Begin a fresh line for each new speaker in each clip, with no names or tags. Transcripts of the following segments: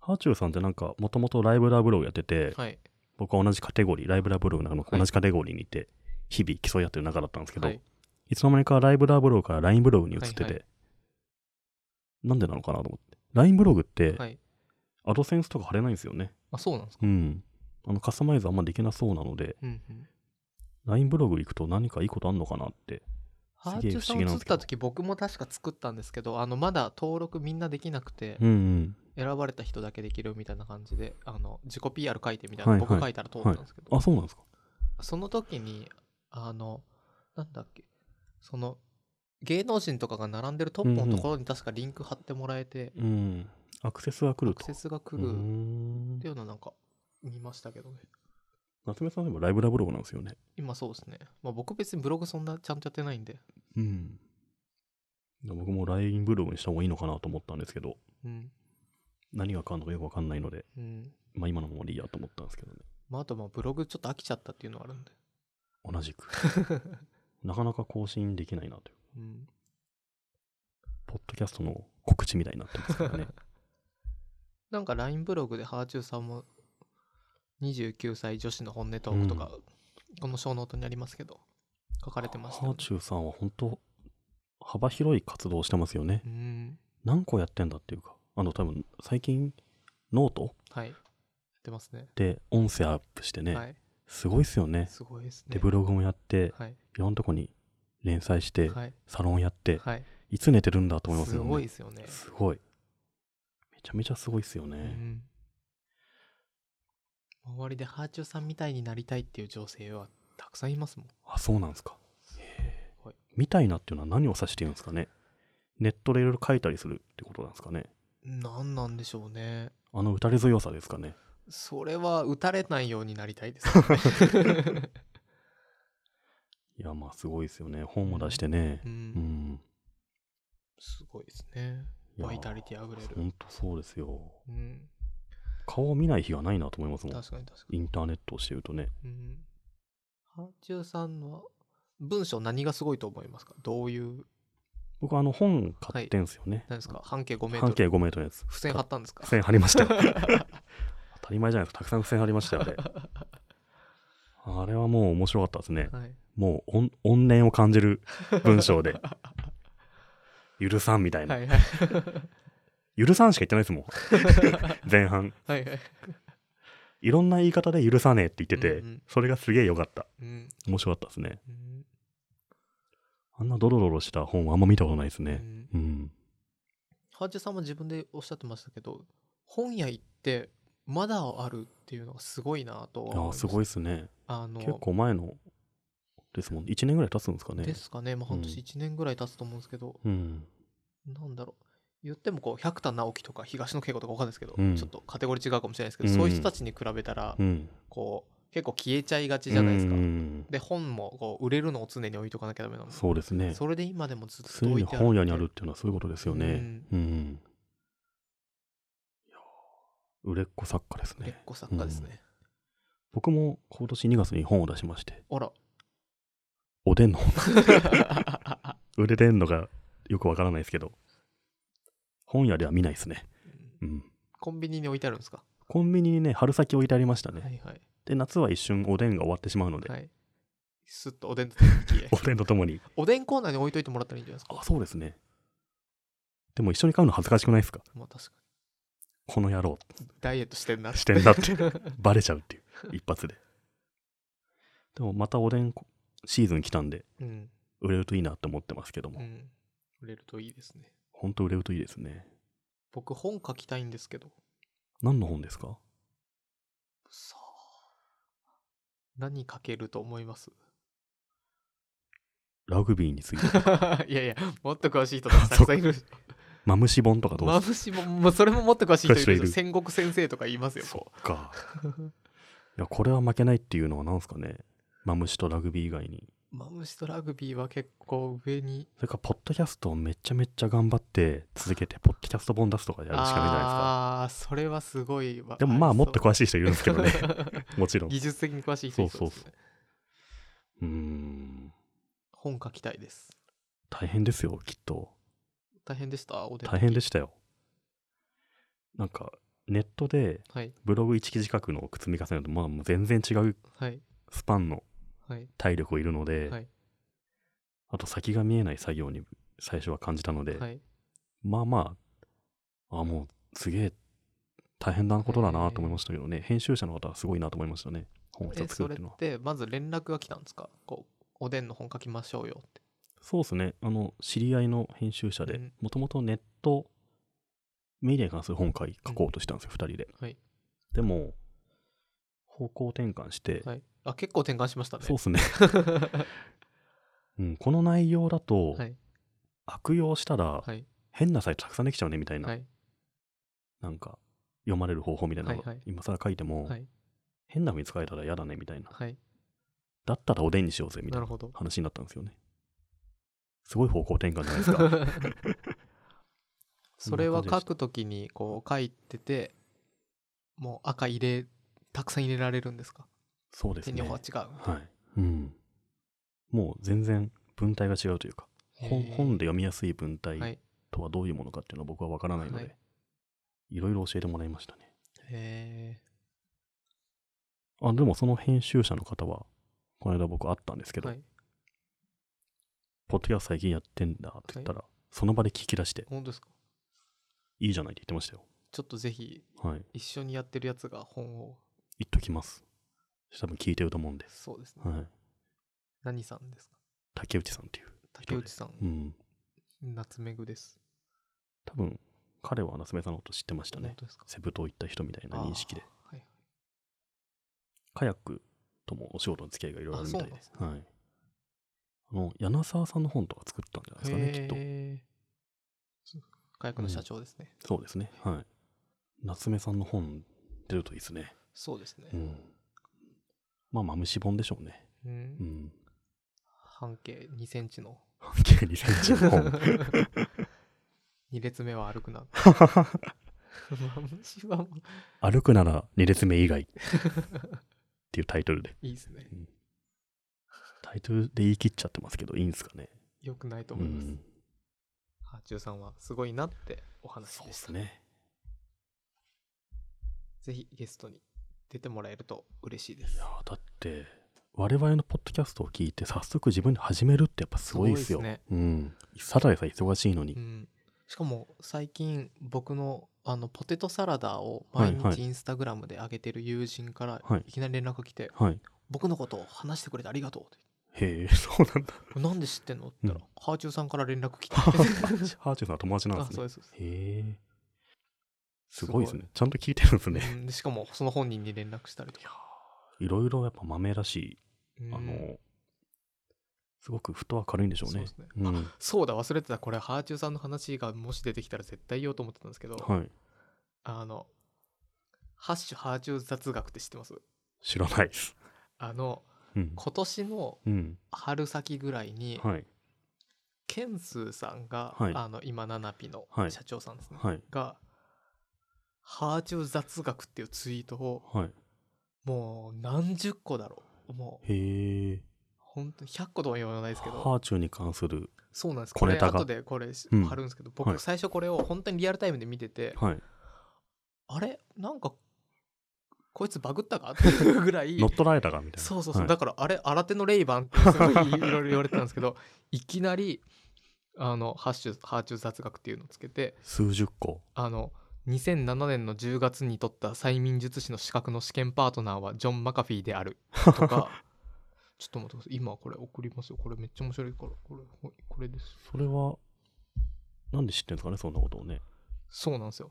ハーチューさんってなんか、もともとライブラブログやってて、
はい。
僕は同じカテゴリー、ライブラブログの中の
はい
同じカテゴリーにいて、日々競い合ってる中だったんですけど、
はいい、
つの間にかライブラブログから LINE ブログに移ってて、
はいは
なんでなのかなと思って。LINE ブログって、
はい。
アドセンスとか貼れないんですよね。
あ、そうなんですか。
うん。あの、カスタマイズあんまできなそうなので、
うんうん。
LINE ブログ行くと何かいいことあんのかなって。
ハーチューさん
すげえ不思議
映
なん
っ
ですけど
た時僕も確か作ったんですけどあのまだ登録みんなできなくて
うんうん。
選ばれた人だけできるみたいな感じであの自己 PR 書いてみたい
は
ない
はい
僕書いたら通ったんですけど
あ、そうなんですか。
その時にあのなんだっけその芸能人とかが並んでるトップのところに確かリンク貼ってもらえて
うん。アクセスが来
ア
る
ク
と。
セスが来
うー
る
ん
っていうのはなんか見ましたけどね
夏目さんでもライブラブログなんですよね。
今そうですねまあ僕別にブログそんなちゃんとやってないんで
うん。僕も LINE ブログにした方がいいのかなと思ったんですけど、
うん
何が変わるのかよくわかんないので、
うん
まあ今のままでいいやと思ったんですけどね。
まああとまあブログちょっと飽きちゃったっていうのはあるんで
同じ く。なかなか更新できないなという。
うん
ポッドキャストの告知みたいになってます からね。
なんか LINE ブログでハーチューさんも29歳女子の本音トークとか、この小ノートにありますけど書かれてました
ハ
よ
ー
ね、
チューさんは本当幅広い活動をしてますよね。
うん
何個やってんだっていうか、あの多分最近ノート
はいやってますね
で音声アップしてね、
はい
すごいっすよね。
すごいですね
で、ブログもやって、
はい
いろんなとこに連載して、
はい
サロンやって、
はい
いつ寝てるんだと思います
す
よね。
ごいですよね
すごい。めちゃめちゃすごいっすよ
う
ね。
ん周りでハーチューさんみたいになりたいっていう女性はたくさんいますもん
あ、そうなんですか。
ごい
みたいなっていうのは何を指しているんですかね。ネットでいろいろ書いたりするってことなんですかね。
何なんでしょうね
あの打たれ強さですかね。
それは打たれないようになりたいですよ ね
いや、まあすごいですよね。本も出してね
う。
うんん。
すごいですね
いや
バイタリティあふれる
ほんとそうですよ。
うん
顔を見ない日がないなと思いますもん。
確かに確か
イ
に
ンターネットをしてるとね。
うんハーチューさんは文章何がすごいと思いますかどういう
僕、あの本買ってんすよね。
何ですか半径5メート
半
ル
径5メートルのやつ。
付箋貼ったんですか
付箋貼りましたよ 当たり前じゃないですかたくさん付箋貼りましたよあれあれはもう面白かったですね
はい、
もう怨怨念を感じる文章で許さんみたいな、
はいはい
許さんしか言ってないですもん 前半
はいはい、
いろんな言い方で許さねえって言ってて、
うんうん
それがすげえ良かった
うん
面白かったですね
うん
あんなドロドロした本はあんま見たことないです
う
ね
ん、
うん、
ハーチューさんも自分でおっしゃってましたけど本屋行ってまだあるっていうのがすごいなとは思
あ
い
あ
ます
すごいですね
あの
結構前のですもん1年ぐらい経つんですかね
ですかね、まあ、半年1年ぐらい経つと思うんですけど、
うん
なんだろう言ってもこう百田直樹とか東野圭吾とかわかんないですけど、
うん
ちょっとカテゴリー違うかもしれないですけど、
うん
そういう人たちに比べたら、
うん
こう結構消えちゃいがちじゃないですか、
うんうんうん
で本もこう売れるのを常に置いとかなきゃダメなんで
そうですね
それで今でもずっと
常に
置いてある
本屋にあるっていうのはそういうことですよ
う
ね。
ん
うん。いやー売れっ子作家です
売れっ
ね。
子作家ですね、
僕も今年2月に本を出しまして、
あら
おでんの本、売れてんのかよくわからないですけど、本屋では見ないですね。うん。
コンビニに置いてあるんですか、
コンビニにね、春先置いてありましたね。
はいはい
で、夏は一瞬おでんが終わってしまうので、
はいすっとおでんと 消え
おでんとともに。
おでんコーナーに置いといてもらったらいいんじゃないですか
あ、そうですね。でも一緒に買うの恥ずかしくないですか
まあ確か
この野郎、
にダイエットしてんな
してんだって。
う
バレちゃうっていう一発ででもまたおでんこシーズン来たんで
ん、
売れるといいなって思ってますけども、
うん、売れるといいですね
ほんと売れるといいですね
僕本書きたいんですけど
何の本ですか
さあ何書けると思います
ラグビーについて
いやいやもっと詳しい人たちたくさんいる
マムシ本とかどう
ま
で
ぶしももうそれももっと詳しい人いるで
詳
しょ
し
戦国先生とか言いますよ
すそっかいやこれは負けないっていうのは何ですかねマムシとラグビー以外に
マムシとラグビーは結構上に
それからポッドキャストをめちゃめちゃ頑張って続けてポッドキャスト本出すとかやるしかないじゃないですか
ああーそれはすごいわ
でもまあもっと
詳し
詳しい人いるんですけ どねもちろんう
技術的に詳しい人いそうですね
そうそうーん
本書きたいです
大変ですよきっと
大変でしたおでん
大変でしたよ。なんか、ネットで
はい
ブログ1記事書くのを積み重ねると、まあ、もう全然違う
はい
スパンの
はい
体力がいるので、
はい
あと先が見えない作業に最初は感じたので、
はい
まあまあ、あもうすげえ大変なことだなと思いましたけどね、編集者の方はすごいなと思いましたね、本一
え
つ作
そ
るっ
れ
ていうのは
っ。てまず連絡が来たんですかこうおでんの本書きましょうよって
そうですね、あの、知り合いの編集者
う
で
ん、
もともとネットメディアに関する本書い書こうとしたんですよ、二人で。
はい
でも、方向転換して、
はいあ結構転換しましたね
そう ですね、うん、この内容だと、
はい
悪用したら
はい
変なサイトたくさんできちゃうねみたいな、
はい
なんか読まれる方法みたいなの
はい
が
はい
今更書いても、
はい
変な風に使えたら嫌だねみたいな、
はい
だったらおでんにしようぜみた
ない
な
るほど
話になったんですよねすごい方向転換じゃないです か
それは書くときにこう書いててもう赤入れたくさん入れられるんですか
そうです
手に
ね
は違う、
はい、うん、もう全然文体が違うというか本
へー
本で読みやすい文
は
体
い
とはどういうものかっていうのは僕は分からないので、
はい
い、ろいろ教えてもらいましたね
へ
あでもその編集者の方はこの間僕会ったんですけ
ー
ど、
はい
ポッドキャスト最近やってんだって言ったら、その場で聞き出して、
本当ですか
いいじゃないって言ってましたよ。
ちょっとぜひ
はい。
一緒にやってるやつが本を
言っときます。多分聞いてると思うんで。
そうですね、
はい。
何さんですか
竹内さんっていう。
竹内さん
うん。
夏目ぐです、
多分、彼は夏目さんのこと知ってました
本
ね。
当ですか
セブ島行った人みたいな認識で。
あーはい
カヤックともお仕事の付き合いがいろいろあるみたいで
あ
す。
そう
はい。あの、柳沢さんの本とか作ったんじゃないですかね、きっ
へー火薬の社長ですね、
と。そうですね。はい。夏目さんの本出るといいですね。
そうですね、
うん。まあ、まむし本でしょうね。
うん
うん。
半径2センチの
半径2センチの本。
2列目は歩く なマムシはもう
歩くなら2列目以外っていうタイトルで
いいですね
タイトルで言い切っちゃってますけどいいんですかね
よくないと
う
思います、
ん
ハチュウさんはすごいなってお話
そう
で
で
した
すね
ぜひゲストに出てもらえると嬉しいで
い
す
やーだって我々のポッドキャストを聞いて早速自分で始めるってやっぱすごいですよ
すごいです
うんさらにさえ忙しいのに、
うん、しかも最近僕のあのポテトサラダを
はい
毎
はい
日インスタグラムで上げてる友人から
はい
いきなり連絡が来て、
はい
僕のことを話してくれてありがとうって
へえ そうなんだ
これなんで知ってんのって言ったら、ハーチューさんから連絡来て
ハ ーチューさんは友達なん
あ
で
そ
す
う
ね
ですそうです
へえすごいですねちゃんと聞いてるんですね、
うんでしかもその本人に連絡したりとか、
いろいろやっぱ豆らしい
うん
あのすごく太は軽いんでしょう
そ
ね
うですね
うん、
そうだ忘れてたこれハーチューさんの話がもし出てきたら絶対言おうと思ってたんですけど、
はい
あの「ハッシュハーチュー雑学」って知ってます
知らないです。
あの
うん。
今年の
うん。
春先ぐらいに、
はい。
ケンスーさんが、
はい
あの今ナナピの
はい
社長さんですね、
はい。
が「ハーチュー雑学」っていうツイートを
はい。
もう何十個だろうもう
へえ。
ほんと100個とは言わないですけど
ハーチューに関する。
そうなんです
小
これ
ネタが
後でこれし
うん
貼るんですけど、
は
僕
い
最初これを本当にリアルタイムで見てて、
はい。
あれなんかこいつバグったかっていう ぐらい
乗っ取られたかみたいな。
そうそうそう、
はい
だからあれ新手のレイバンってすごいいろいろ言われてたんですけどいきなりあのハッシュハーチュー雑学っていうのをつけて
数十個。
あの2007年の10月に取った催眠術師の資格の試験パートナーはジョン・マカフィーであると かちょっと待ってください今これ送りますよこれめっちゃ面白いからこれほいこれです
それは、なんで知ってんですかね、そんなことをね。
そうなんですよ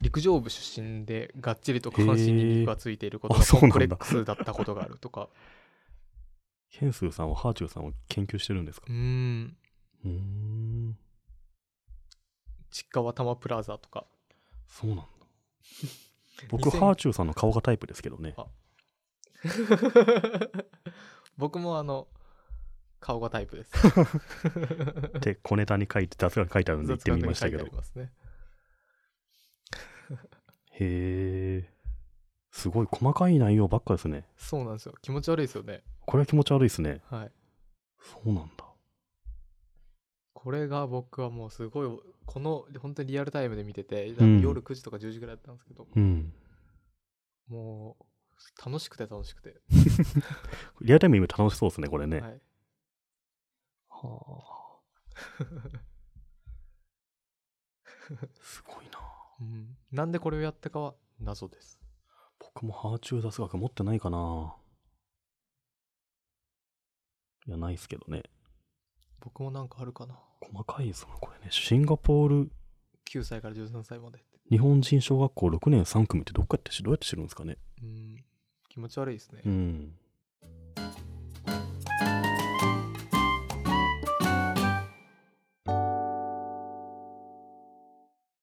陸上部出身でがっちりと下半身に肉がついていること
へ
が
ーあそ
コ
うなん
ン
だ
プレックスだったことがあるとか
ケンスーさんはハーチューさんを研究してるんですか
うーん
うーん。
実家は多摩プラザとか
そう なんだ。僕、
2000
ハーチューさんの顔がタイプですけどね
あ。僕もあの顔がタイプです
って小ネタに書いて、雑学に書いてあるんで言ってみましたけ
雑学に書
ど
いてあり。ますね
へえ。すごい細かい内容ばっかですね。
そうなんですよ気持ち悪いですよね
これは気持ち悪いですね。
はい
そうなんだ。
これが僕はもうすごいこの本当にリアルタイムで見てて
ん
夜9時とか10時ぐらいだったんですけど、
うん。
もう楽しくて楽しくて、
リアルタイム今楽しそうですね、これね。
はいは
すごいな。
あ、うん、なんでこれをやったかは謎です
僕もハーチュー雑学持ってないかな。いや、ないっすけどね。
僕もなんかあるかな
細かいですもん、これね。シンガポール、
9歳から13歳までって
日本人小学校6年3組ってどっかやってし、どうやって知るんですかね。
うん気持ち悪いですね、
うん。